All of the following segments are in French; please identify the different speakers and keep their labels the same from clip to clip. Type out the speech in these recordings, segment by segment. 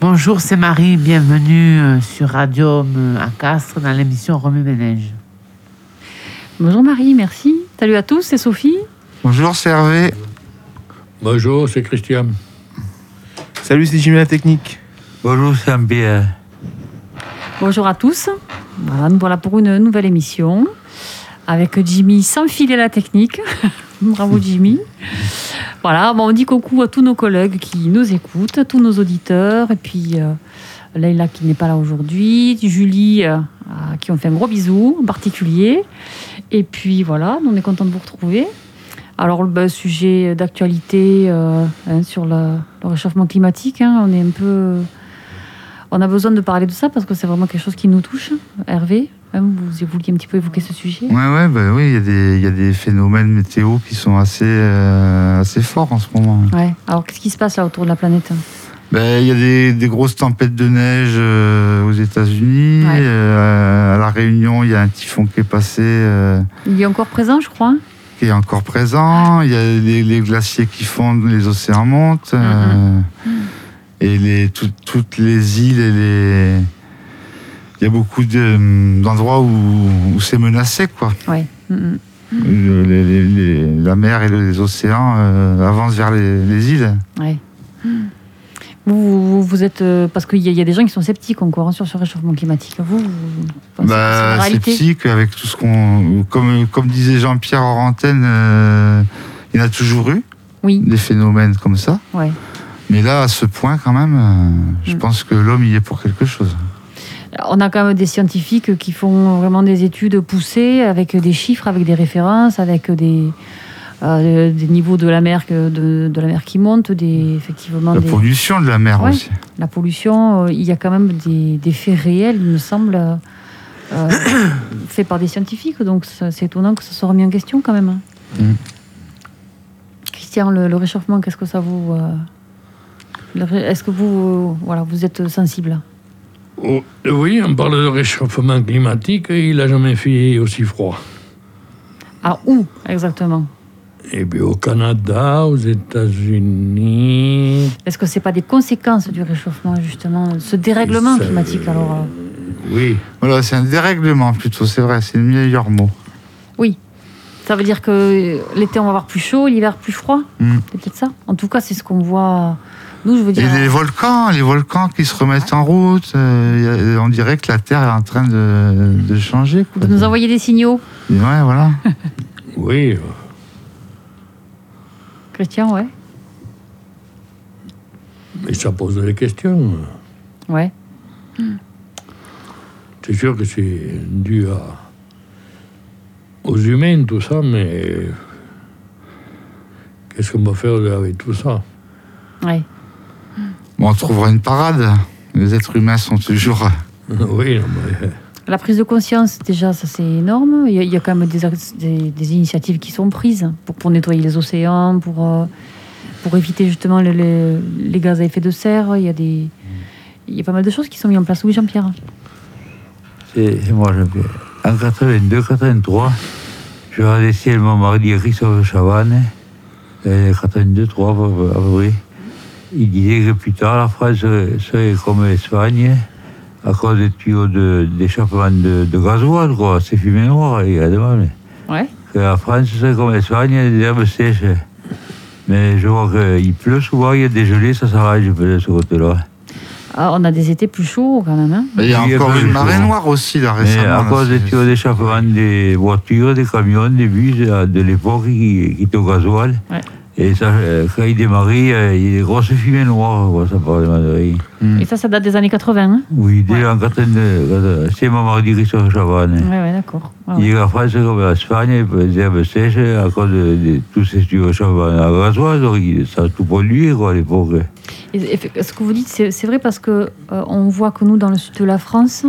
Speaker 1: Bonjour, c'est Marie, bienvenue euh, sur Radium euh, à Castres dans l'émission Remue Ménage.
Speaker 2: Bonjour Marie, merci. Salut à tous, c'est Sophie.
Speaker 3: Bonjour, c'est Hervé.
Speaker 4: Bonjour, c'est Christian.
Speaker 5: Salut, c'est Jimmy la Technique.
Speaker 6: Bonjour Saint-Pierre.
Speaker 2: Bonjour à tous. Voilà, nous voilà pour une nouvelle émission avec Jimmy sans filer la technique. Bravo Jimmy. Voilà, bon, on dit coucou à tous nos collègues qui nous écoutent, à tous nos auditeurs, et puis euh, Leïla qui n'est pas là aujourd'hui, Julie euh, à qui on fait un gros bisou en particulier. Et puis voilà, nous, on est content de vous retrouver. Alors, le ben, sujet d'actualité euh, hein, sur le, le réchauffement climatique, hein, on est un peu. On a besoin de parler de ça parce que c'est vraiment quelque chose qui nous touche. Hervé, hein, vous vouliez un petit peu évoquer ce sujet
Speaker 3: Ouais, ouais, bah oui, il y a des- il y, a des phénomènes météo qui sont assez, euh, assez forts en ce moment.
Speaker 2: Ouais. Alors, qu'est-ce qui se passe là autour de la planète hein
Speaker 3: Ben, Il y a des, des grosses tempêtes de neige euh, aux États-Unis.
Speaker 2: Ouais.
Speaker 3: Euh, à La Réunion, il y a un typhon qui est passé, euh,
Speaker 2: Il est encore présent, je crois. hein
Speaker 3: qui est encore présent. Il y a des- les glaciers qui fondent, les océans montent. euh, et les, tout- toutes les îles et les. Il y a beaucoup de, hum, d'endroits où, où c'est menacé, quoi.
Speaker 2: Ouais. Mm, mm.
Speaker 3: Le- Euh, les- les- les- la mer et les océans euh, avancent vers les, les îles.
Speaker 2: Ouais. Vous, vous, vous êtes. euh, parce qu'il y, a- il y a des gens qui sont sceptiques encore hein, sur ce réchauffement climatique. Vous, vous pensez que c'est une
Speaker 3: Bah, c'est
Speaker 2: réalité
Speaker 3: petit qu'avec tout ce qu'on. Comme, comme disait Jean-Pierre hors antenne, euh, il y en a toujours eu,
Speaker 2: Oui,
Speaker 3: des phénomènes comme ça.
Speaker 2: ouais.
Speaker 3: Mais là, à ce point, quand même, euh, je
Speaker 2: Mm.
Speaker 3: pense que l'homme y est pour quelque chose.
Speaker 2: On a quand même des scientifiques qui font vraiment des études poussées avec des chiffres, avec des références, avec des, euh, des niveaux de la mer, que- de, de la mer qui montent, des, effectivement
Speaker 3: La
Speaker 2: des-
Speaker 3: pollution de la mer
Speaker 2: Ouais.
Speaker 3: aussi.
Speaker 2: la pollution. euh, Il y a quand même des, des faits réels, il me semble, euh, euh, faits par des scientifiques. Donc ça- c'est étonnant que ça soit remis en question quand même. hein.
Speaker 3: Mm.
Speaker 2: Christian, le, le réchauffement, qu'est-ce que ça vous... euh, le ré- Est-ce que vous, euh, voilà, vous êtes sensible
Speaker 4: Oh, oui, on parle de réchauffement climatique, et il n'a jamais fait aussi froid.
Speaker 2: À où exactement
Speaker 4: Et Eh bien au Canada, aux États-Unis.
Speaker 2: Est-ce que c'est pas des conséquences du réchauffement, justement, ce dérèglement
Speaker 4: Ça,
Speaker 2: climatique alors euh,
Speaker 4: Oui,
Speaker 3: Voilà, c'est un dérèglement plutôt, c'est vrai, c'est le meilleur mot.
Speaker 2: Oui. Ça veut dire que euh, l'été, on va avoir plus chaud, l'hiver, plus froid
Speaker 3: Mm.
Speaker 2: C'est peut-être ça En tout cas, c'est ce qu'on voit. Nous, je veux
Speaker 3: Et
Speaker 2: dire.
Speaker 3: les volcans, les volcans qui se remettent en route, euh, y a- on dirait que la Terre est en train de, de changer. Quoi.
Speaker 2: Vous nous envoyez des signaux,
Speaker 3: Et Ouais, voilà.
Speaker 4: oui.
Speaker 2: Christian, ouais
Speaker 4: Mais ça pose des questions.
Speaker 2: Ouais.
Speaker 4: C'est sûr que c'est dû à- aux humains, tout ça, mais qu'est-ce qu'on va faire avec tout ça
Speaker 2: Ouais.
Speaker 3: Bon, on trouvera une parade. Les êtres humains sont toujours.
Speaker 4: Oui, non, mais
Speaker 2: La prise de conscience, déjà, ça c'est énorme. Il y, a, il y a quand même des, ac- des- des initiatives qui sont prises pour, pour nettoyer les océans, pour, euh, pour éviter justement le- le- les gaz à effet de serre. Il y a des. Il y a pas mal de choses qui sont mises en place. Oui, Jean-Pierre.
Speaker 6: C'est c'est moi Saint-Pierre. En 82-83, je regardais ciel mon mari Christophe Chavannes, euh, 82-3 à peu près. Il disait que plus tard, la France serait, serait comme l'Espagne à cause des tuyaux de- d'échappement de, de gasoil, quoi. C'est fumé noir, il a demandé.
Speaker 2: Ouais.
Speaker 6: Que la France serait comme l'Espagne, des herbes sèches. Mais je vois qu'il pleut souvent, il y a des gelées, ça s'arrange un peu de ce côté-là.
Speaker 2: Ah, on a des étés plus chauds quand même. hein.
Speaker 3: Il y a
Speaker 6: Il y a
Speaker 3: encore
Speaker 6: pas
Speaker 3: une
Speaker 6: eu
Speaker 3: marée
Speaker 6: de-
Speaker 3: noire aussi là
Speaker 6: Mais
Speaker 3: récemment.
Speaker 6: à
Speaker 3: là,
Speaker 6: cause des
Speaker 3: c'est-
Speaker 6: tuyaux d'échappement des voitures, des camions, des bus euh, de l'époque qui, qui étaient au gasoil.
Speaker 2: Ouais.
Speaker 6: Et ça, euh, quand il démarrait, euh, il y a des grosses fumées noires, quoi, ça parlait mandarin.
Speaker 2: Et ça, ça date des années 80. Hein
Speaker 6: Oui, dès
Speaker 2: Ouais.
Speaker 6: en 82, c'est mon mari Christophe Chavannes.
Speaker 2: ouais, ouais, d'accord. Ouais,
Speaker 6: hein. Il
Speaker 2: ouais.
Speaker 6: dit qu'en France, comme en Espagne, les herbes sèches, euh, à cause de, de tous ces tuyaux d'échappement à gasoil, donc il- ça a tout pollué, quoi, à l'époque.
Speaker 2: Et- et ce que vous dites, c'est c'est vrai parce que euh, on voit que nous, dans le sud de la France,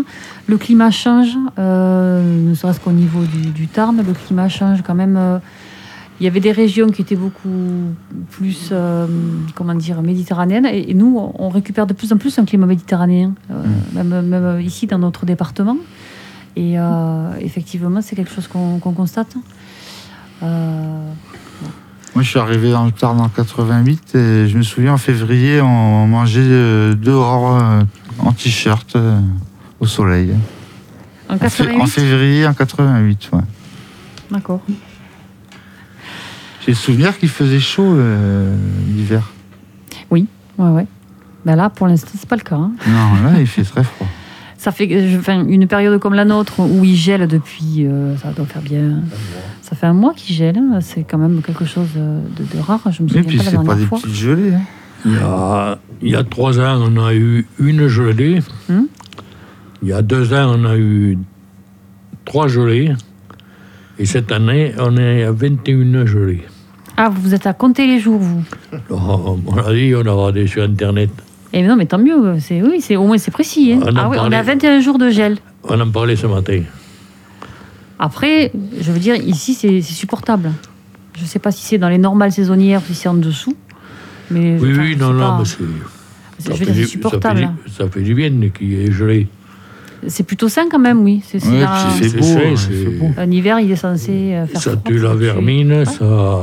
Speaker 2: le climat change, euh, ne serait-ce qu'au niveau du, du Tarn, le climat change quand même. euh, il y avait des régions qui étaient beaucoup plus, euh, comment dire, méditerranéennes, et, et nous, on récupère de plus en plus un climat méditerranéen, euh, même, même ici dans notre département. Et euh, effectivement, c'est quelque chose qu'on qu'on constate. Euh,
Speaker 3: Moi, je suis arrivé dans le Tarn en 88 et je me souviens en février, on mangeait euh, dehors euh, en t-shirt euh, au soleil.
Speaker 2: En
Speaker 3: En fé- En
Speaker 2: 88
Speaker 3: février en 88, ouais.
Speaker 2: D'accord.
Speaker 3: J'ai le souvenir qu'il faisait chaud euh, l'hiver.
Speaker 2: Ouais, ouais. Ben là, pour l'instant, c'est pas le cas. hein.
Speaker 3: Non, là, il fait très froid.
Speaker 2: Ça fait que- je- enfin, une période comme la nôtre où il gèle depuis. euh, ça doit faire bien. Ça fait un mois qu'il gèle. hein. C'est quand même quelque chose de, de rare. Je me
Speaker 3: Et
Speaker 2: souviens
Speaker 3: puis,
Speaker 2: pas la
Speaker 3: c'est
Speaker 2: dernière
Speaker 3: pas des
Speaker 2: fois.
Speaker 3: petites gelées. hein.
Speaker 4: Il y, a, Euh, il y a trois ans, on a eu une gelée.
Speaker 2: Hum.
Speaker 4: Il y a deux ans, on a eu trois gelées. Et cette année, on est à 21 gelées.
Speaker 2: Ah, vous vous êtes à compter les jours, vous.
Speaker 4: Alors, on a dit, on a regardé sur Internet.
Speaker 2: Et Eh non, mais tant mieux. C'est oui, c'est au moins c'est précis. hein.
Speaker 4: On en
Speaker 2: Ah oui, on est
Speaker 4: parlait.
Speaker 2: à 21 jours de gel.
Speaker 4: On en parlait ce matin.
Speaker 2: Après, je veux dire, ici, c'est c'est supportable. Je ne sais pas si c'est dans les normales saisonnières ou si c'est en dessous. Mais
Speaker 4: Oui,
Speaker 2: enfin,
Speaker 4: oui,
Speaker 2: c'est
Speaker 4: non,
Speaker 2: pas-
Speaker 4: non, mais c'est.
Speaker 2: c'est-
Speaker 4: ça
Speaker 2: je veux
Speaker 4: fait
Speaker 2: dire,
Speaker 4: du-
Speaker 2: c'est hein.
Speaker 4: ça fait
Speaker 2: supportable.
Speaker 4: du- Ça fait du bien qu'il y ait gelé.
Speaker 2: C'est plutôt sain quand même, oui. C'est c'est
Speaker 3: Ouais,
Speaker 2: dans-
Speaker 3: puis il fait
Speaker 4: C'est
Speaker 3: beau.
Speaker 4: ça,
Speaker 3: hein, il
Speaker 4: c'est-
Speaker 3: fait beau.
Speaker 2: Un hiver, il est censé euh, faire
Speaker 4: Ça
Speaker 2: froid,
Speaker 4: tue la
Speaker 2: ça tue.
Speaker 4: vermine, ça,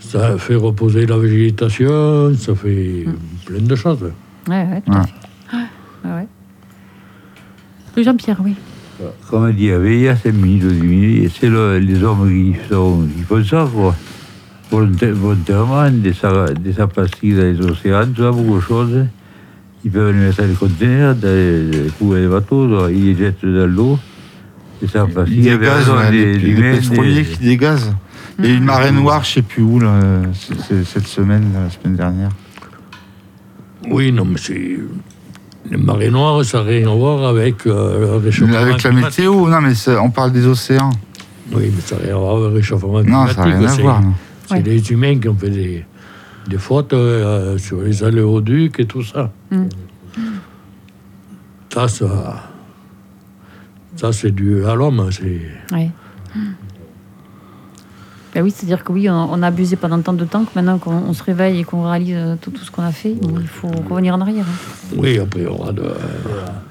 Speaker 4: ça fait reposer la végétation, ça fait
Speaker 2: Hmm.
Speaker 4: plein de choses.
Speaker 2: Ouais, ouais, tout à
Speaker 3: Ouais.
Speaker 2: fait. Ouais, ouais. Oui, Jean-Pierre, oui.
Speaker 6: Comme dit Hervé, il y a 5 minutes ou 10 minutes, et c'est le- les hommes qui, sont, qui font ça, quoi. Volontaire- Volontairement, des, sa- des sacs plastiques dans les océans, tout ça, beaucoup de choses. hein. Ils peuvent les mettre dans les containers, dans les, les couverts des bateaux, donc, ils les jettent dans l'eau. Des sacs plastiques,
Speaker 3: Il dégage,
Speaker 6: raison,
Speaker 3: ouais, les, les
Speaker 6: humains,
Speaker 3: pétroliers
Speaker 6: des-
Speaker 3: qui dégazent. Il y a eu une marée noire, je sais plus où, là, euh, c'est- c'est cette semaine, là, la semaine dernière.
Speaker 4: Oui, non, mais c'est. Les marées noires, ça n'a rien à voir avec euh, le réchauffement
Speaker 3: Avec la
Speaker 4: climatique.
Speaker 3: météo, non, mais ça- on parle des océans.
Speaker 4: Oui, mais ça n'a rien à voir avec le réchauffement
Speaker 3: Non,
Speaker 4: climatique.
Speaker 3: ça n'a rien à
Speaker 4: c'est-
Speaker 3: voir. non.
Speaker 4: C'est
Speaker 2: Ouais.
Speaker 4: les humains qui ont fait des, des fautes euh, sur les oléoducs et tout ça.
Speaker 2: Mm.
Speaker 4: Ça, ça. Ça, c'est dû à l'homme. hein, C'est.
Speaker 2: Ouais. Ben oui, c'est-à-dire que oui, on, on a abusé pendant tant de temps que maintenant qu'on on se réveille et qu'on réalise euh, tout, tout ce qu'on a fait, bon, il faut revenir en arrière. hein.
Speaker 4: Oui, après, il y aura de.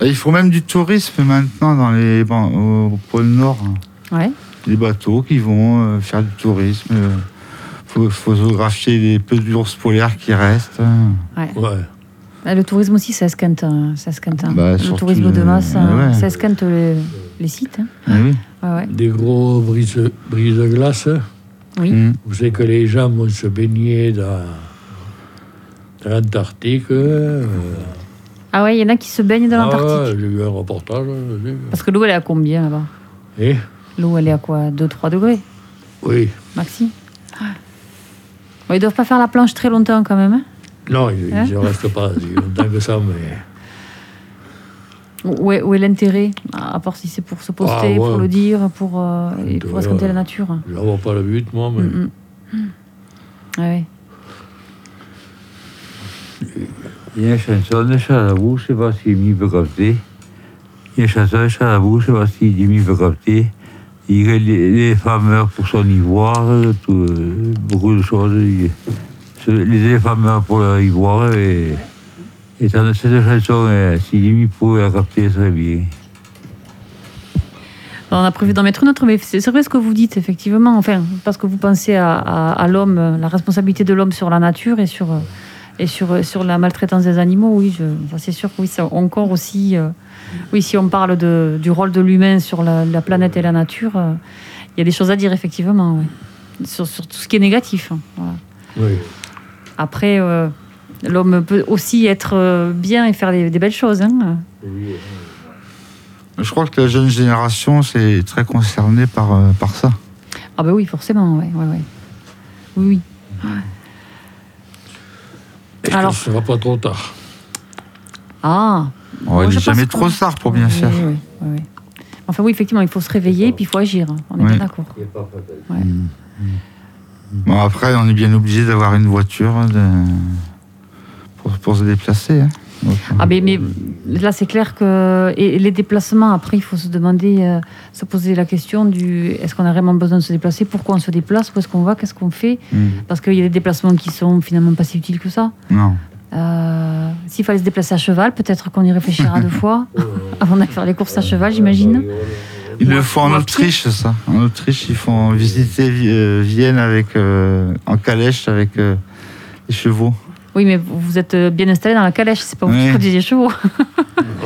Speaker 3: Et Ils font même du tourisme maintenant dans les, ban- au, au pôle Nord. hein.
Speaker 2: Ouais.
Speaker 3: Des bateaux qui vont euh, faire du tourisme, euh, pho- photographier les peu d'ours polaires qui restent. hein.
Speaker 4: Ouais.
Speaker 2: Ah, Le tourisme aussi, ça esquinte. hein, Ça esquinte hein.
Speaker 3: Bah,
Speaker 2: le
Speaker 3: surtout
Speaker 2: tourisme de
Speaker 3: le-
Speaker 2: masse, hein,
Speaker 3: ouais.
Speaker 2: ça esquinte les, les sites. hein.
Speaker 3: Eh oui.
Speaker 2: Ouais, ouais.
Speaker 4: Des gros brise- brise-glace.
Speaker 2: Oui.
Speaker 3: Mm.
Speaker 4: Vous savez que les gens vont se baigner dans, dans l'Antarctique. euh.
Speaker 2: Ah ouais, il y en a qui se baignent dans
Speaker 4: Ah,
Speaker 2: l'Antarctique.
Speaker 4: ouais, J'ai vu un reportage. euh, j'ai vu.
Speaker 2: Parce que l'eau, elle est à combien là-bas
Speaker 4: Eh
Speaker 2: L'eau, elle est à quoi 2-3 degrés
Speaker 4: oui.
Speaker 2: Maxi Ils Ils doivent pas faire la planche très longtemps quand même. hein
Speaker 4: Non, ils
Speaker 2: Hein
Speaker 4: ne restent pas si longtemps que ça, mais.
Speaker 2: où, est, où est l'intérêt À part si c'est pour se poster,
Speaker 4: Ah ouais.
Speaker 2: pour le dire, pour, euh, et pour
Speaker 4: Ouais,
Speaker 2: escompter
Speaker 4: ouais.
Speaker 2: la nature.
Speaker 4: Je n'en vois pas le but, moi, mais
Speaker 2: Mm, mm. Ah ouais.
Speaker 6: Il y a une chanson de Charabou, je ne sais pas si Jimmy peut capter. Il y a une chanson de Charabou, je ne sais pas si Jimmy peut capter. Il y a les, les femmes meurent pour son ivoire, euh, tout, euh, beaucoup de choses. Il- ce- les femmes meurent pour leur ivoire. Et, et dans cette chanson, euh, si Jimmy pouvait la capter, ce serait bien.
Speaker 2: On a prévu d'en mettre une autre, mais c'est c'est vrai ce que vous dites, effectivement. Enfin, parce que vous pensez à, à- à l'homme, euh, la responsabilité de l'homme sur la nature et sur, euh, et sur, euh, sur la maltraitance des animaux, oui. je- enfin, c'est sûr que oui, ça, encore aussi. euh, oui, si on parle de- du rôle de l'humain sur la, la planète et la nature, euh, il y a des choses à dire, effectivement, oui. sur, sur tout ce qui est négatif. hein, voilà.
Speaker 4: oui.
Speaker 2: Après, euh, l'homme peut aussi être euh, bien et faire des, des belles choses. hein.
Speaker 3: Je crois que la jeune génération, c'est très concernée par, euh, par ça.
Speaker 2: Ah ben oui, forcément, ouais, ouais, ouais. Oui, oui.
Speaker 4: Est-ce
Speaker 2: Alors-
Speaker 4: que ce ne sera pas trop tard
Speaker 2: Ah
Speaker 3: On
Speaker 2: Moi,
Speaker 3: n'est
Speaker 2: je
Speaker 3: jamais
Speaker 2: pense Mmh.
Speaker 3: trop
Speaker 2: pas.
Speaker 3: tard pour bien
Speaker 2: oui,
Speaker 3: faire.
Speaker 2: oui, oui, oui. Enfin oui, effectivement, il faut se réveiller et puis il faut agir. hein. On est
Speaker 3: Oui.
Speaker 2: bien d'accord.
Speaker 3: Bon, après, on est bien obligé d'avoir une voiture hein, de- pour, pour se déplacer. hein. Donc,
Speaker 2: Ah mais, mais là, c'est clair que... Et les déplacements, après, il faut se demander, euh, se poser la question du... Est-ce qu'on a vraiment besoin de se déplacer Pourquoi on se déplace Où est-ce qu'on va Qu'est-ce qu'on fait
Speaker 3: hmm,
Speaker 2: Parce qu'il y a des déplacements qui sont finalement pas si utiles que ça.
Speaker 3: Non.
Speaker 2: Euh, S'il fallait se déplacer à cheval, peut-être qu'on y réfléchira deux fois avant d'aller faire les courses à cheval, j'imagine.
Speaker 3: Et Ils le font en Autriche, ça. En Autriche, ils font visiter Vi- euh, Vienne avec, euh, en calèche avec euh, les chevaux.
Speaker 2: Oui, mais vous vous êtes euh, bien installé dans la calèche, c'est pas vous qui
Speaker 3: Ouais.
Speaker 2: conduisez les chevaux.
Speaker 4: Ouais.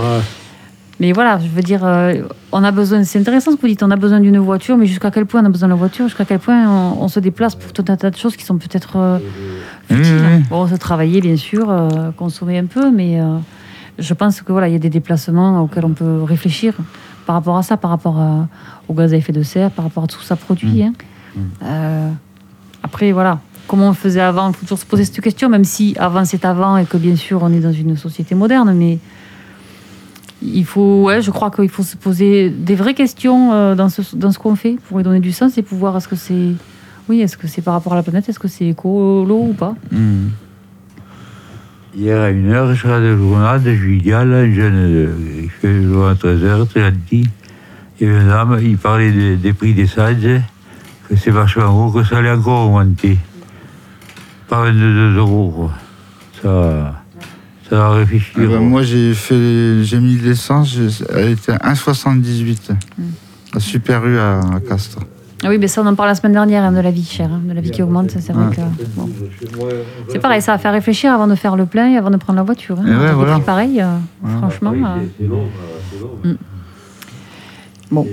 Speaker 2: Mais voilà, je veux dire, euh, on a besoin, c'est intéressant ce que vous dites, on a besoin d'une voiture, mais jusqu'à quel point on a besoin de la voiture, jusqu'à quel point on, on se déplace pour tout un tas de choses qui sont peut-être euh,
Speaker 3: Oui,
Speaker 2: utiles.
Speaker 3: oui, oui.
Speaker 2: Bon, se travailler, bien sûr, euh, consommer un peu, mais euh, je pense que voilà, il y a des déplacements auxquels on peut réfléchir par rapport à ça, par rapport à- au gaz à effet de serre, par rapport à tout ça produit. hein. Euh, après, voilà, comment on faisait avant, il faut toujours se poser cette question, même si avant c'est avant et que bien sûr on est dans une société moderne, mais il faut, ouais, je crois qu'il faut se poser des vraies questions euh, dans ce, dans ce qu'on fait pour lui donner du sens et pour voir est-ce que c'est. Oui, est-ce que c'est par rapport à la planète Est-ce que c'est écolo ou pas
Speaker 3: Hmm.
Speaker 6: Hier à une heure, je regardais le journal, je lui dis, ah là, un jeune, de- qui fait le journal à 13h, très gentil. Il y avait une dame, il parlait des- des prix des sages, que c'est vachement gros, que ça allait encore augmenter. Pas 22 euros, quoi. Ça, ça va
Speaker 3: Ah
Speaker 6: réfléchir.
Speaker 3: bah, moi, j'ai fait, j'ai mis de l'essence, j'ai- elle était à 1,78 à Super U à, à Castres.
Speaker 2: Ah oui, mais ça, on en parle la semaine dernière hein, de la vie chère, hein, de la vie qui augmente. ça, C'est vrai
Speaker 3: Ouais.
Speaker 2: que. bon. C'est pareil, ça va faire réfléchir avant de faire le plein et avant de prendre la voiture. hein.
Speaker 3: Et Eh ouais,
Speaker 2: Des prix
Speaker 3: voilà.
Speaker 2: Pareil, euh,
Speaker 3: Ouais.
Speaker 2: franchement. euh,
Speaker 6: C'est long, c'est
Speaker 2: Mm.
Speaker 6: long.
Speaker 2: Bon.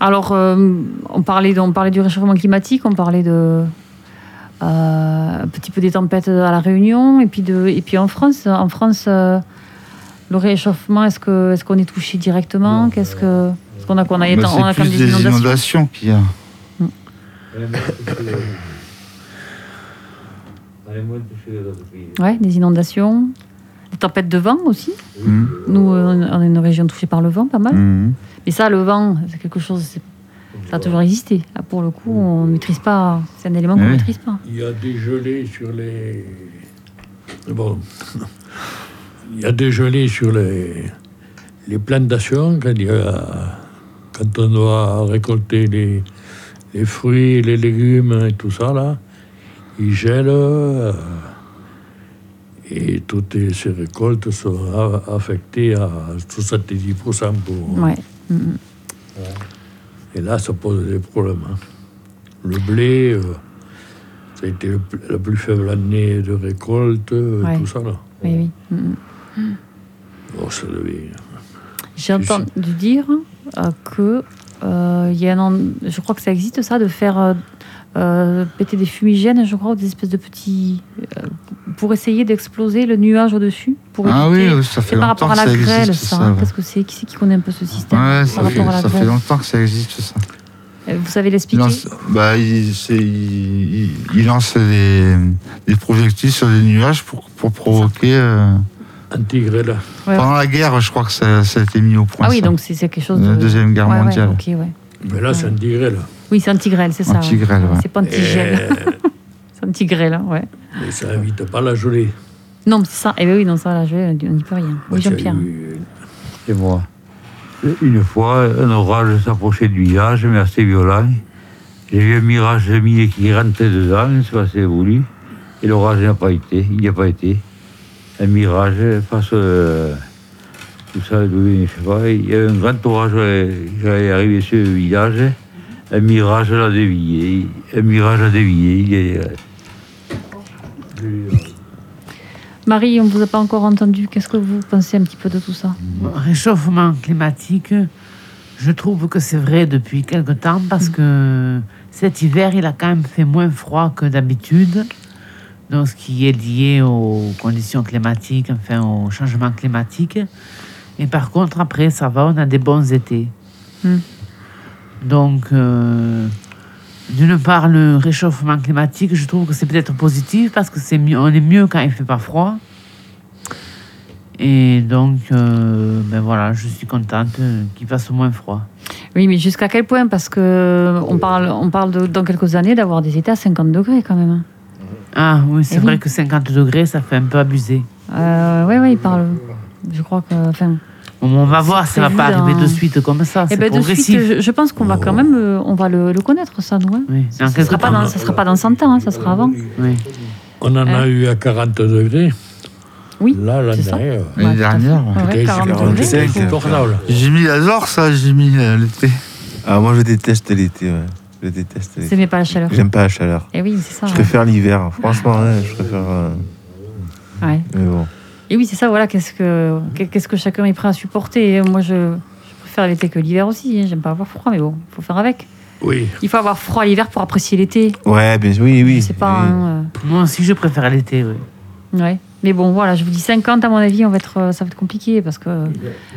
Speaker 2: Alors, euh, on, parlait, on parlait du réchauffement climatique, on parlait de. euh, un petit peu des tempêtes à La Réunion et puis, de, et puis en France. En France, euh, le réchauffement, est-ce qu'on est, qu'on est touché directement Qu'est-ce que. Est-ce qu'on a, qu'on a, on
Speaker 3: Bah,
Speaker 2: a
Speaker 3: c'est
Speaker 2: quand
Speaker 3: plus
Speaker 2: même
Speaker 3: des inondations qu'il y a.
Speaker 6: euh,
Speaker 2: Ouais, des inondations, des tempêtes de vent aussi.
Speaker 3: Hmm.
Speaker 2: Nous, euh, on est une région touchée par le vent, pas mal.
Speaker 3: Hmm.
Speaker 2: Mais ça, le vent, c'est quelque chose, c'est- ça a toujours existé. Là, pour le coup, on ne maîtrise pas, c'est un élément qu'on ne
Speaker 3: Eh Oui.
Speaker 2: maîtrise pas.
Speaker 4: Il y a des gelées sur les. Bon. Il y a des gelées sur les, les plantations quand, il y a- quand on doit récolter les, les fruits, les légumes et tout ça, là. Ils gèlent euh, et toutes les- ces récoltes sont a- affectées à 70% pour.
Speaker 2: Ouais. Mhm.
Speaker 4: Et là, ça pose des problèmes. hein. Le blé, euh, ça a été le pl- la plus faible année de récolte, euh,
Speaker 2: Ouais.
Speaker 4: tout ça là.
Speaker 2: Oui, oui. Mhm.
Speaker 4: Oh, ça devait-
Speaker 2: J'ai entendu dire euh, que euh, il y a un en- je crois que ça existe ça, de faire euh, euh, péter des fumigènes, je crois, ou des espèces de petits euh, pour essayer d'exploser le nuage au-dessus. Pour
Speaker 3: Ah oui,
Speaker 2: éviter-
Speaker 3: ça fait
Speaker 2: C'est par
Speaker 3: longtemps
Speaker 2: rapport à
Speaker 3: que
Speaker 2: la
Speaker 3: ça
Speaker 2: grêle,
Speaker 3: existe.
Speaker 2: ça.
Speaker 3: ça,
Speaker 2: hein,
Speaker 3: ouais.
Speaker 2: Parce que c'est qui, c'est qui connaît un peu ce système
Speaker 3: Ouais, ça,
Speaker 2: par
Speaker 3: fait,
Speaker 2: rapport à la
Speaker 3: ça fait
Speaker 2: grêle
Speaker 3: longtemps que ça existe, ça.
Speaker 2: Euh, Vous savez
Speaker 3: Il
Speaker 2: l'expliquer
Speaker 3: lance, bah, il, c'est- il- il- il lance des, des projectiles sur les nuages pour, pour provoquer. euh,
Speaker 4: intégré là.
Speaker 2: Bah Ouais.
Speaker 3: Pendant la guerre, je crois que ça, ça a été mis au point.
Speaker 2: Ah oui,
Speaker 3: ça.
Speaker 2: donc c'est c'est quelque chose de.
Speaker 3: La Deuxième Guerre
Speaker 2: Ouais, ouais,
Speaker 3: mondiale.
Speaker 2: ok, ouais.
Speaker 4: Mais là, c'est intégré là.
Speaker 2: Oui, c'est anti-grêle, c'est ça.
Speaker 3: Anti-grêle, ouais.
Speaker 2: C'est pas anti-gel. C'est anti-grêle, hein, ouais.
Speaker 4: Mais ça évite pas la gelée.
Speaker 2: Non, mais c'est ça. Eh bien oui, non, ça, là, je, on n'y peut rien.
Speaker 4: Moi,
Speaker 2: Oui,
Speaker 4: j'ai
Speaker 2: Jean-Pierre.
Speaker 4: eu-
Speaker 6: C'est moi. Une fois, un orage s'approchait du village, mais assez violent. J'ai vu un mirage de millet qui rentrait dedans, c'est pas assez voulu. Et l'orage n'a pas été, il n'y a pas été. Un mirage, face euh, tout ça, je sais pas, il y a eu un grand orage euh, qui est arrivé sur le village. Un mirage l'a dévié, un mirage l'a dévié. Il est,
Speaker 2: Marie, on ne vous a pas encore entendu. Qu'est-ce que vous pensez un petit peu de tout ça
Speaker 1: Réchauffement climatique, je trouve que c'est vrai depuis quelque temps parce que cet hiver, il a quand même fait moins froid que d'habitude. Donc, ce qui est lié aux conditions climatiques, enfin au changement climatique. Et par contre, après, ça va, on a des bons étés.
Speaker 2: Mm.
Speaker 1: Donc, euh, d'une part, le réchauffement climatique, je trouve que c'est peut-être positif parce que c'est mieux, on est mieux quand il fait pas froid. Et donc, euh, ben voilà, je suis contente euh, qu'il fasse moins froid.
Speaker 2: Oui, mais jusqu'à quel point Parce que euh, on parle, on parle de- dans quelques années d'avoir des étés à 50 degrés quand même. hein.
Speaker 1: Ah oui, c'est
Speaker 2: Eh
Speaker 1: vrai
Speaker 2: oui.
Speaker 1: que 50 degrés, ça fait un peu abusé.
Speaker 2: Euh, oui, oui, il parle. Je crois que. Enfin,
Speaker 1: Bon, on va voir, ça va
Speaker 2: prévu
Speaker 1: pas arriver
Speaker 2: dans-
Speaker 1: de suite comme ça.
Speaker 2: eh
Speaker 1: C'est
Speaker 2: ben, de
Speaker 1: progressif.
Speaker 2: suite, je, je pense qu'on va quand même. euh, on va le, le connaître, ça, nous. hein.
Speaker 1: Oui, dans
Speaker 2: Ça ne
Speaker 1: quelques
Speaker 2: sera, pas
Speaker 1: temps.
Speaker 2: dans- ça sera pas dans 100 ans, hein, ça sera avant.
Speaker 1: Oui.
Speaker 4: On en a eu à 40 degrés.
Speaker 2: Oui,
Speaker 4: Là, l'année
Speaker 2: c'est ça.
Speaker 4: dernière,
Speaker 3: L'année
Speaker 2: tout à fait.
Speaker 3: dernière, ouais.
Speaker 2: Ouais,
Speaker 4: c'était
Speaker 2: 40
Speaker 5: 40
Speaker 2: degrés.
Speaker 5: degrés.
Speaker 4: c'est Intourbable.
Speaker 3: J'ai mis la zorre, ça, j'ai mis euh, l'été.
Speaker 5: Ah, moi, je déteste l'été. ouais. Je déteste
Speaker 2: C'est
Speaker 5: l'été.
Speaker 2: mais pas la chaleur.
Speaker 5: J'aime pas la chaleur.
Speaker 2: Et oui, c'est ça.
Speaker 5: Je
Speaker 2: ouais.
Speaker 5: préfère l'hiver. hein. Franchement, ouais, je préfère. euh,
Speaker 2: hein. Ouais.
Speaker 5: Mais bon.
Speaker 2: Et oui, c'est ça, voilà, qu'est-ce que, qu'est-ce que chacun est prêt à supporter. Et Moi, je, je préfère l'été que l'hiver aussi. hein. J'aime pas avoir froid, mais bon, il faut faire avec.
Speaker 4: Oui,
Speaker 2: Il faut avoir froid l'hiver pour apprécier l'été.
Speaker 5: Ouais, bien sûr. Oui, oui.
Speaker 2: C'est pas
Speaker 5: oui.
Speaker 2: un,
Speaker 1: Moi aussi, je préfère l'été, oui.
Speaker 2: euh, ouais. Mais bon, voilà, je vous dis 50, à mon avis, on va être, euh, ça va être compliqué parce que euh,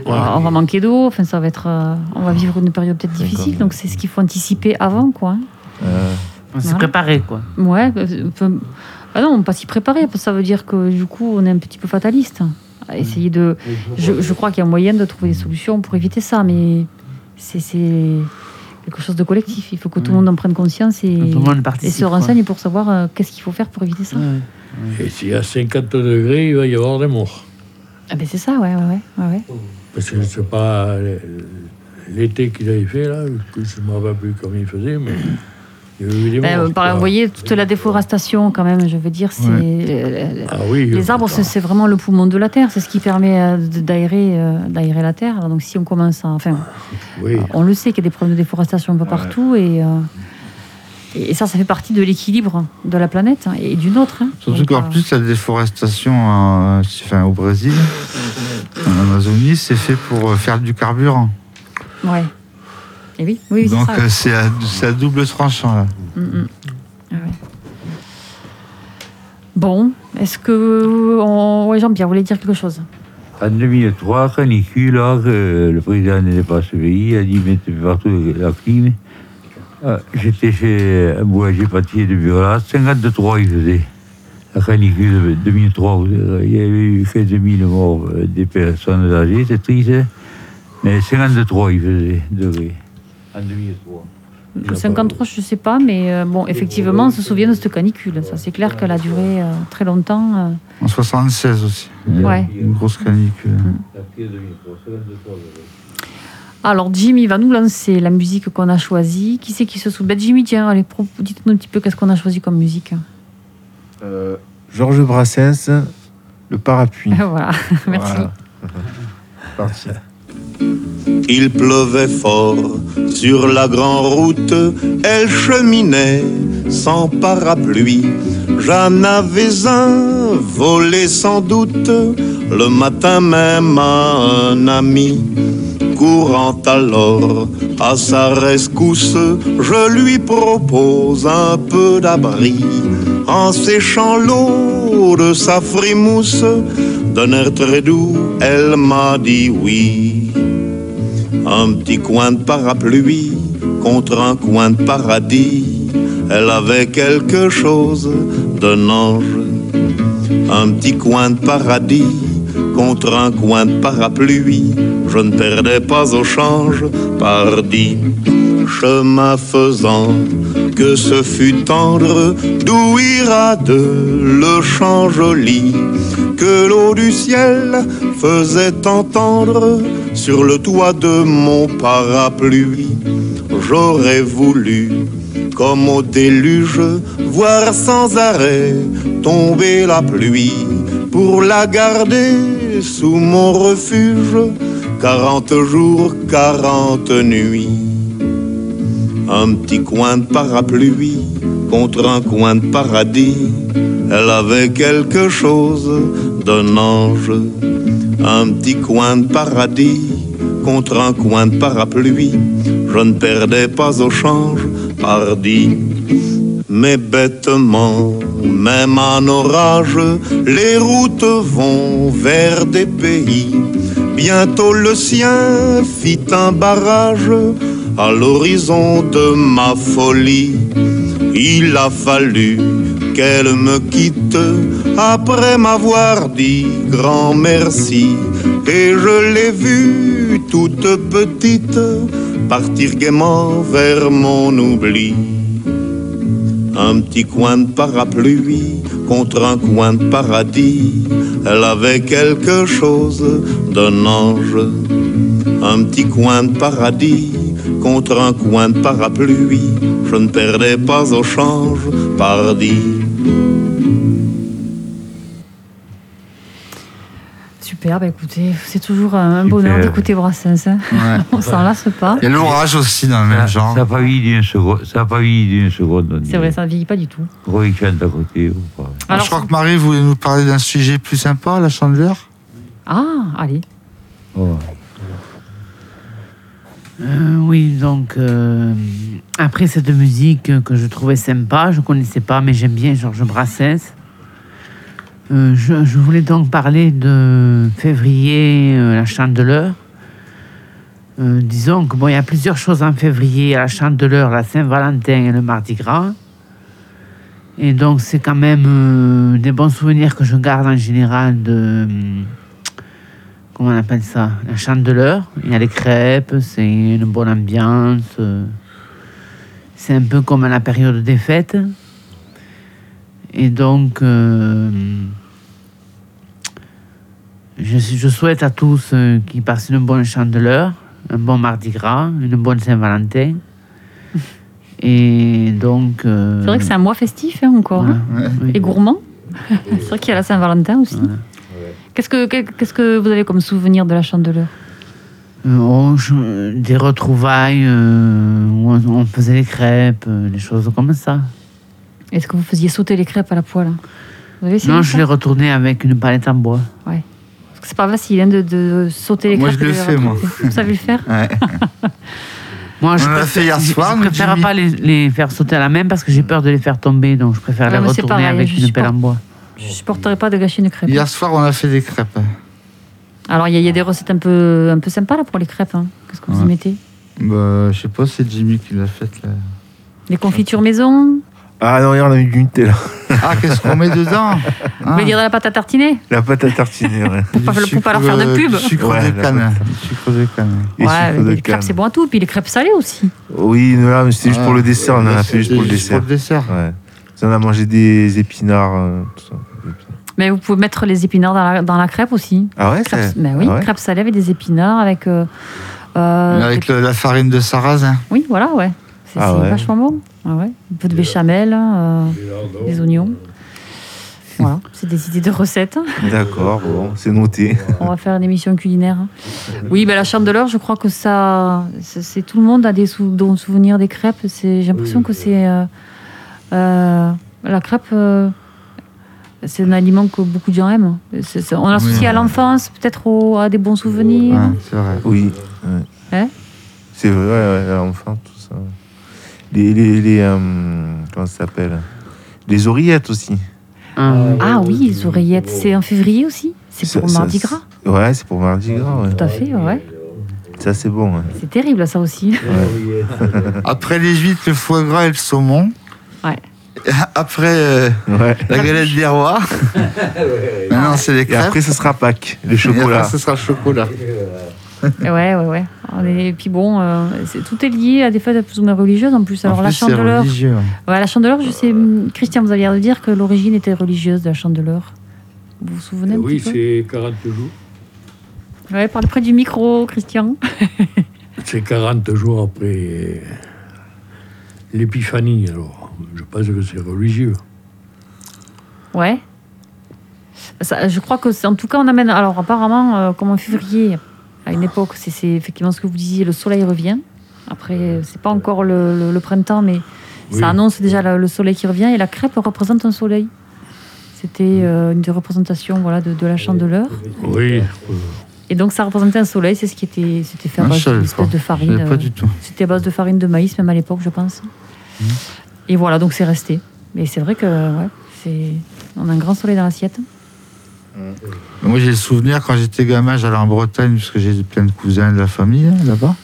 Speaker 2: on va manquer d'eau. Enfin, ça va être, euh, on va vivre une période peut-être difficile. Donc, c'est ce qu'il faut anticiper avant, quoi. hein.
Speaker 5: Euh,
Speaker 1: On s'est
Speaker 2: Voilà.
Speaker 1: préparé, quoi.
Speaker 2: Ouais. euh, enfin, ah non, pas s'y préparer. parce que Ça veut dire que du coup, on est un petit peu fataliste. À Essayer de, je, je crois qu'il y a moyen de trouver des solutions pour éviter ça, mais c'est c'est quelque chose de collectif. Il faut que tout le monde en prenne conscience et,
Speaker 1: Tout le monde
Speaker 2: et
Speaker 1: participe.
Speaker 2: se
Speaker 1: quoi.
Speaker 2: renseigne pour savoir euh, qu'est-ce qu'il faut faire pour éviter ça.
Speaker 1: Ouais, ouais.
Speaker 4: et s'il y a 50 degrés, il va y avoir des morts.
Speaker 2: Ah ben c'est ça, ouais, ouais, ouais, ouais, ouais.
Speaker 4: Parce que c'est pas euh, l'été qu'il avait fait, là, que je ne me rappelle plus comment il faisait, mais il y a eu des
Speaker 2: Ben,
Speaker 4: morts.
Speaker 2: euh, par-
Speaker 4: quoi.
Speaker 2: vous voyez, toute la déforestation, quand même, je veux dire, c'est. euh,
Speaker 4: Ah oui.
Speaker 2: Les arbres, c'est-
Speaker 4: putain.
Speaker 2: c'est vraiment le poumon de la terre, c'est ce qui permet euh, de- d'aérer euh, d'aérer la terre. Donc si on commence à... Enfin,
Speaker 4: Oui.
Speaker 2: on le sait qu'il y a des problèmes de déforestation un peu partout, et, euh, et ça, ça fait partie de l'équilibre de la planète hein, et du nôtre. hein.
Speaker 3: Surtout
Speaker 2: Donc,
Speaker 3: qu'en
Speaker 2: euh,
Speaker 3: plus, la déforestation euh, enfin, au Brésil, en Amazonie, c'est fait pour euh, faire du carburant.
Speaker 2: euh, Ouais. Et oui, oui, oui, c'est
Speaker 3: Donc,
Speaker 2: ça.
Speaker 3: euh, c'est à, c'est à double tranchant, là.
Speaker 2: Mm, mm. Ah ouais. Bon, est-ce que on... ouais, Jean-Pierre voulait dire quelque chose
Speaker 6: En 2003, canicule, là, que euh, le président n'était pas à ce pays, il a dit mettez partout la clim. Ah, J'étais chez euh, un boulanger pâtissier de Burlas, 53 il faisait. La canicule de 2003, euh, il y avait eu 15 000 morts euh, des personnes âgées, c'est triste, hein. mais 53 il faisait, degrés. En 2003. Il a
Speaker 2: 53, je sais pas, mais euh, bon, effectivement, on se souvient de cette canicule. Ça, c'est clair qu'elle a duré euh, très longtemps.
Speaker 3: En 76 aussi.
Speaker 2: euh. Ouais.
Speaker 3: Une grosse canicule.
Speaker 2: Mm.
Speaker 6: La pire 2003, 53 degrés.
Speaker 2: Alors, Jimmy va nous lancer la musique qu'on a choisie. Qui c'est qui se souvient Ben, Jimmy, tiens, allez, pro- dites-nous un petit peu qu'est-ce qu'on a choisi comme musique.
Speaker 5: euh, Georges Brassens, le parapluie.
Speaker 2: voilà, merci.
Speaker 5: Voilà. Parti.
Speaker 7: Il pleuvait fort sur la grande route, elle cheminait sans parapluie. J'en avais un volé sans doute le matin même à un ami. Courant alors à sa rescousse, je lui propose un peu d'abri. En séchant l'eau de sa frimousse, d'un air très doux, elle m'a dit oui un petit coin de parapluie contre un coin de paradis. Elle avait quelque chose d'un ange. Un petit coin de paradis contre un coin de parapluie. Je ne perdais pas au change, pardi. Chemin faisant, que ce fut tendre, d'où ira de le chant joli, que l'eau du ciel faisait entendre sur le toit de mon parapluie. J'aurais voulu, comme au déluge, voir sans arrêt tomber la pluie pour la garder sous mon refuge, quarante jours, quarante nuits un petit coin de parapluie contre un coin de paradis. Elle avait quelque chose d'un ange. Un petit coin de paradis contre un coin de parapluie. Je ne perdais pas au change, pardi. Mais bêtement, même en orage, les routes vont vers des pays. Bientôt le sien fit un barrage à l'horizon de ma folie. Il a fallu qu'elle me quitte après m'avoir dit grand merci. Et je l'ai vue toute petite partir gaiement vers mon oubli un petit coin de parapluie contre un coin de paradis. Elle avait quelque chose d'un ange. Un petit coin de paradis contre un coin de parapluie. Je ne perdais pas au change, pardi.
Speaker 2: Super, bah écoutez, c'est toujours un
Speaker 6: Super.
Speaker 2: bonheur d'écouter Brassens. hein.
Speaker 3: Ouais.
Speaker 2: On s'en lasse pas.
Speaker 3: Il y a l'orage aussi dans le
Speaker 6: Ça-
Speaker 3: même genre.
Speaker 6: Ça n'a pas vieilli d'une seconde. Ça a pas vieilli d'une seconde. on
Speaker 2: C'est
Speaker 6: dit.
Speaker 2: vrai, ça ne vieillit pas du tout.
Speaker 6: Gros chante à côté. ou pas.
Speaker 2: Ah, Alors-
Speaker 3: je crois que Marie voulait nous parler d'un sujet plus sympa, la chandeleur.
Speaker 2: Ah, allez.
Speaker 6: Oh.
Speaker 1: Euh, oui, donc euh, après cette musique que je trouvais sympa, je connaissais pas, mais j'aime bien Georges Brassens. Euh, je, je voulais donc parler de février, euh, la chandeleur. Euh, disons que bon, il y a plusieurs choses en février, la chandeleur, la Saint-Valentin et le Mardi Gras. Et donc c'est quand même euh, des bons souvenirs que je garde en général de hum, comment on appelle ça La chandeleur. Il y a les crêpes, c'est une bonne ambiance. euh, C'est un peu comme à la période des fêtes. Et donc, euh, je, je souhaite à tous euh, qui passent une bonne chandeleur, un bon Mardi Gras, une bonne Saint-Valentin. Et donc. euh,
Speaker 2: C'est vrai que c'est un mois festif hein, encore. hein.
Speaker 1: voilà, oui.
Speaker 2: Et gourmand. c'est vrai qu'il y a la Saint-Valentin aussi. Qu'est-ce que, qu'est-ce que vous avez comme souvenir de la chandeleur
Speaker 1: Euh, on ch- euh, des retrouvailles euh, où on, on faisait les crêpes, euh, des choses comme ça.
Speaker 2: Est-ce que vous faisiez sauter les crêpes à la poêle hein Vous avez essayé
Speaker 1: non, je
Speaker 2: ça
Speaker 1: les retournais avec une palette en bois.
Speaker 2: Parce que c'est pas facile hein, de, de sauter les
Speaker 3: Moi,
Speaker 2: crêpes.
Speaker 3: je
Speaker 2: et
Speaker 3: le
Speaker 2: de les
Speaker 3: fais, moi.
Speaker 2: rattraper. Vous savez le faire
Speaker 5: Ah.
Speaker 3: Ouais.
Speaker 1: Moi, je
Speaker 3: On l'a
Speaker 1: préfère-
Speaker 3: fait hier
Speaker 1: je-
Speaker 3: soir,
Speaker 1: Je
Speaker 3: nous,
Speaker 1: préfère
Speaker 3: Jimmy.
Speaker 1: pas les, les faire sauter à la main parce que j'ai peur de les faire tomber, donc je préfère
Speaker 2: Ouais,
Speaker 1: les
Speaker 2: mais c'est
Speaker 1: retourner
Speaker 2: pareil,
Speaker 1: avec
Speaker 2: je
Speaker 1: une
Speaker 2: suis
Speaker 1: pelle
Speaker 2: pas-
Speaker 1: en bois.
Speaker 2: Je supporterais pas de gâcher une crêpe.
Speaker 3: Hier soir, on a fait des crêpes.
Speaker 2: Alors, il y, a- il y a des recettes un peu, un peu sympas là, pour les crêpes. hein. Qu'est-ce que vous y
Speaker 3: Ouais.
Speaker 2: mettez
Speaker 3: Bah, je sais pas, c'est Jimmy qui l'a faite. là.
Speaker 2: Les confitures maison
Speaker 5: Ah non, regarde, on a mis du Nutella.
Speaker 3: Ah, qu'est-ce qu'on met dedans
Speaker 2: Vous
Speaker 3: Hein
Speaker 5: Ah.
Speaker 2: voulez dire de la pâte à tartiner
Speaker 5: La pâte à tartiner, ouais.
Speaker 3: Du
Speaker 2: pas- pour
Speaker 3: sucre,
Speaker 2: pas leur faire de
Speaker 3: euh,
Speaker 2: pub.
Speaker 3: Du sucre
Speaker 5: Ouais,
Speaker 3: de
Speaker 5: la
Speaker 3: canne.
Speaker 5: bonne.
Speaker 3: Du sucre de canne.
Speaker 5: Et
Speaker 2: Ouais,
Speaker 5: sucre de
Speaker 2: mais les crêpes,
Speaker 5: canne.
Speaker 2: c'est bon à tout. Puis les crêpes salées aussi.
Speaker 5: Oui, mais là, mais c'était juste
Speaker 3: Ah,
Speaker 5: pour le dessert, on en a fait juste pour le
Speaker 3: c'était
Speaker 5: dessert.
Speaker 3: Pour le dessert.
Speaker 5: Ouais. Ça, On a mangé des épinards, euh, tout ça.
Speaker 2: Mais vous pouvez mettre les épinards dans la, dans la crêpe aussi.
Speaker 5: Ah ouais,
Speaker 2: Crêpes,
Speaker 5: c'est-
Speaker 2: ben oui,
Speaker 5: ah ouais
Speaker 2: crêpes salées avec des épinards, avec. euh, euh,
Speaker 3: Mais Avec le- la farine de sarrasin.
Speaker 2: Oui, voilà, ouais. C'est
Speaker 5: Ah
Speaker 2: c'est
Speaker 5: ouais.
Speaker 2: vachement bon. Ah ouais. Un peu de béchamel, euh,
Speaker 4: Oh.
Speaker 2: des oignons. Voilà, c'est des idées de recettes.
Speaker 5: D'accord, bon, c'est noté.
Speaker 2: On va faire une émission culinaire. hein. Oui, ben, la chandeleur, je crois que ça. c'est- c'est Tout le monde a des sou- dont souvenirs des crêpes. C'est- J'ai l'impression
Speaker 4: Oui,
Speaker 2: que
Speaker 4: oui.
Speaker 2: c'est. euh, euh, la crêpe, euh, c'est un aliment que beaucoup de gens aiment. C'est- c'est- on l'associe
Speaker 3: Oui.
Speaker 2: à l'enfance, peut-être au- à des bons souvenirs.
Speaker 3: Ouais, Ah, c'est vrai.
Speaker 5: Oui.
Speaker 2: Hein
Speaker 5: C'est vrai, ouais, ouais, enfin, tout ça. Les. les, les euh, comment ça s'appelle Les oreillettes aussi.
Speaker 1: Hein.
Speaker 2: Ah oui, les oreillettes, c'est en février aussi. C'est pour
Speaker 5: Ça- ça-
Speaker 2: Mardi Gras.
Speaker 5: Ouais, c'est pour Mardi Gras, ouais.
Speaker 2: Tout à fait, ouais.
Speaker 5: Ça, c'est bon, ouais.
Speaker 2: C'est terrible, ça aussi.
Speaker 3: Après les huîtres, le foie gras et le saumon.
Speaker 2: Ouais.
Speaker 3: Après euh,
Speaker 5: ouais.
Speaker 3: la galette des rois. Maintenant, c'est les
Speaker 5: Et
Speaker 3: crêpes.
Speaker 5: après, ce sera Pâques, le
Speaker 3: Et
Speaker 5: chocolat.
Speaker 3: après, ce sera le chocolat.
Speaker 2: Ouais, ouais, ouais. On est- Et puis bon, euh, c'est- tout est lié à des fêtes plus ou moins religieuses en plus. Alors
Speaker 3: En
Speaker 2: la
Speaker 3: plus, c'est
Speaker 2: chandeleur.
Speaker 3: religieux. hein.
Speaker 2: Ouais, la chandeleur, je sais, Christian, vous aviez l'air de dire que l'origine était religieuse de la chandeleur. Vous vous souvenez un
Speaker 4: Oui,
Speaker 2: petit
Speaker 4: c'est 40 jours.
Speaker 2: peu Ouais, parle près du micro, Christian.
Speaker 4: C'est 40 jours après l'épiphanie, alors. Je pense que c'est religieux.
Speaker 2: Ouais. Ça, je crois que c'est. En tout cas, on amène. Alors, apparemment, euh, comme en février, à une époque, c'est c'est effectivement ce que vous disiez, le soleil revient. Après, euh, c'est pas encore le, le- le printemps, mais
Speaker 4: Oui.
Speaker 2: ça annonce déjà le, le soleil qui revient et la crêpe représente un soleil.
Speaker 3: Mm.
Speaker 2: C'était euh, une des représentations voilà, de, de la chandeleur.
Speaker 4: Oui.
Speaker 2: Et donc, ça représentait un soleil, c'est ce qui était, c'était fait à
Speaker 3: Ah,
Speaker 2: base
Speaker 3: je savais
Speaker 2: d'une espèce
Speaker 3: pas.
Speaker 2: de
Speaker 3: Je
Speaker 2: farine.
Speaker 3: savais pas
Speaker 2: euh,
Speaker 3: du tout. Mm.
Speaker 2: C'était à base de farine de maïs, même à l'époque, je pense. Et voilà, donc c'est resté. Mais c'est vrai que, ouais, c'est... on a un grand soleil dans l'assiette.
Speaker 3: Moi, j'ai le souvenir quand j'étais gamin, j'allais en Bretagne, parce que j'ai plein de cousins de la famille hein, là-bas.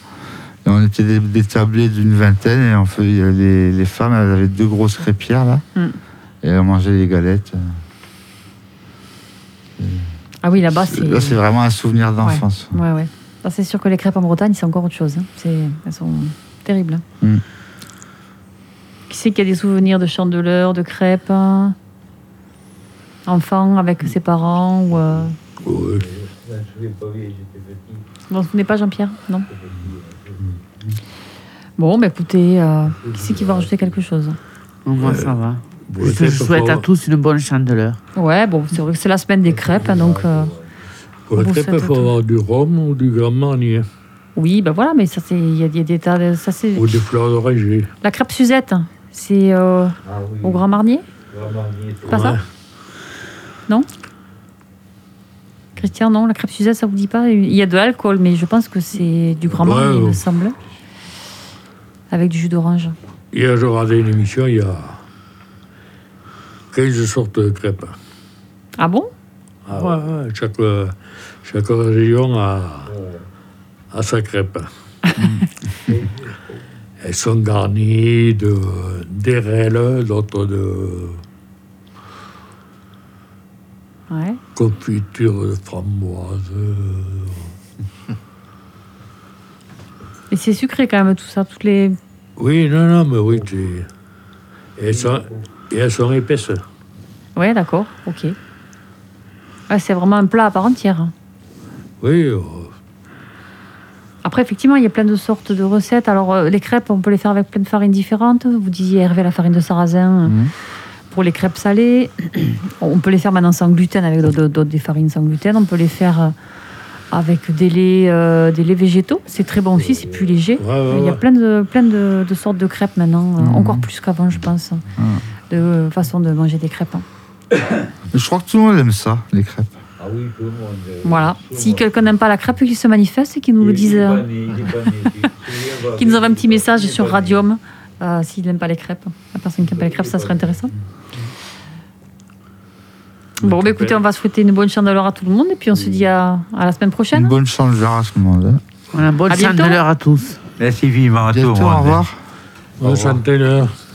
Speaker 3: Et on était des, des tablés d'une vingtaine, et on faisait, il y avait les, les femmes elles avaient deux grosses crêpières là,
Speaker 2: Mm.
Speaker 3: et on mangeait des galettes.
Speaker 2: Ah oui, là-bas, c'est.
Speaker 3: Euh, Là, c'est vraiment un souvenir d'enfance.
Speaker 2: Ouais, ouais. Là, c'est sûr que les crêpes en Bretagne, c'est encore autre chose. hein. C'est... Elles sont terribles. hein.
Speaker 3: Mm.
Speaker 2: Qui c'est qui a des souvenirs de chandeleurs, de crêpes hein Enfant avec ses parents ou. euh,
Speaker 4: Oui.
Speaker 2: Vous vous en souvenez pas, Jean-Pierre Non Bon, bah écoutez, euh, qui c'est qui va rajouter quelque chose
Speaker 1: Au moins, ça va.
Speaker 4: Bon,
Speaker 1: Je, je
Speaker 4: peut-être
Speaker 1: souhaite
Speaker 4: pas-
Speaker 1: à tous une bonne chandeleur.
Speaker 2: Ouais, bon, c'est vrai que c'est la semaine des crêpes, hein, donc euh,
Speaker 4: Pour la
Speaker 2: Vous
Speaker 4: crêpe,
Speaker 2: faites
Speaker 4: il faut
Speaker 2: tout.
Speaker 4: avoir du rhum ou du hein, grand marnier.
Speaker 2: Oui, ben voilà, mais ça, c'est. Il y, a il y a des tas de. Ça, c'est.
Speaker 4: Ou des fleurs d'oranger.
Speaker 2: La crêpe Suzette, hein. c'est euh,
Speaker 6: Ah
Speaker 2: au Grand Marnier C'est pas ça Non Christian, non, la crêpe Suzette, ça vous dit pas Il y a de l'alcool, mais je pense que c'est du Grand
Speaker 4: Ouais,
Speaker 2: Marnier, il me
Speaker 4: ouais.
Speaker 2: semble. Avec du jus d'orange.
Speaker 4: Hier, je regardais une émission, il y a 15 sortes de crêpes.
Speaker 2: Ah bon
Speaker 4: Ah ouais, ouais, chaque, euh, chaque région a, a sa crêpe. Elles sont garnies de d'érelles, d'autres de
Speaker 2: Ouais.
Speaker 4: confiture de framboise.
Speaker 2: Et c'est sucré quand même, tout ça, toutes les.
Speaker 4: Oui, non, non, mais oui, tu- elles sont, et elles sont épaisses.
Speaker 2: Ouais, d'accord, ok. Ouais, c'est vraiment un plat à part entière.
Speaker 4: Oui, euh,
Speaker 2: Après, effectivement, il y a plein de sortes de recettes. Alors, euh, les crêpes, on peut les faire avec plein de farines différentes. Vous disiez, Hervé, la farine de sarrasin euh, pour les crêpes salées. on peut les faire maintenant sans gluten, avec d'autres- d'autres des farines sans gluten. On peut les faire euh, avec des laits, euh, des laits végétaux. C'est très bon aussi, c'est plus léger.
Speaker 4: Ouais, ouais,
Speaker 2: il y a
Speaker 4: ouais.
Speaker 2: plein de, plein de, de sortes de crêpes maintenant, euh,
Speaker 3: Mhm.
Speaker 2: encore plus qu'avant, je pense, hein, de euh, façon de manger des crêpes. hein.
Speaker 3: Je crois que tout le monde aime ça, les crêpes.
Speaker 6: Ah oui, tout le monde. euh,
Speaker 2: Voilà.
Speaker 6: tout le
Speaker 2: Si
Speaker 6: monde.
Speaker 2: quelqu'un n'aime pas la crêpe, qu'il se manifeste et qu'il nous le
Speaker 6: Il- il
Speaker 2: dise,
Speaker 6: est
Speaker 2: euh,
Speaker 6: banni, il est banni. Il- il-
Speaker 2: qu'il nous envoie un petit
Speaker 6: il-
Speaker 2: message
Speaker 6: il est
Speaker 2: sur
Speaker 6: banni.
Speaker 2: Radium euh, s'il n'aime pas les crêpes. La personne qui n'aime pas les crêpes, ça serait intéressant. Bon, bah, écoutez, on va souhaiter une bonne chandeleur à tout le monde et puis on se dit à, à la semaine
Speaker 3: Une
Speaker 2: prochaine.
Speaker 3: bonne chance à ce moment-là.
Speaker 1: Voilà, bonne
Speaker 2: À bientôt.
Speaker 1: chandeleur à tous.
Speaker 6: Merci vivement à tout le
Speaker 3: Bientôt,
Speaker 6: monde.
Speaker 3: au revoir.
Speaker 4: on sentait l'heure.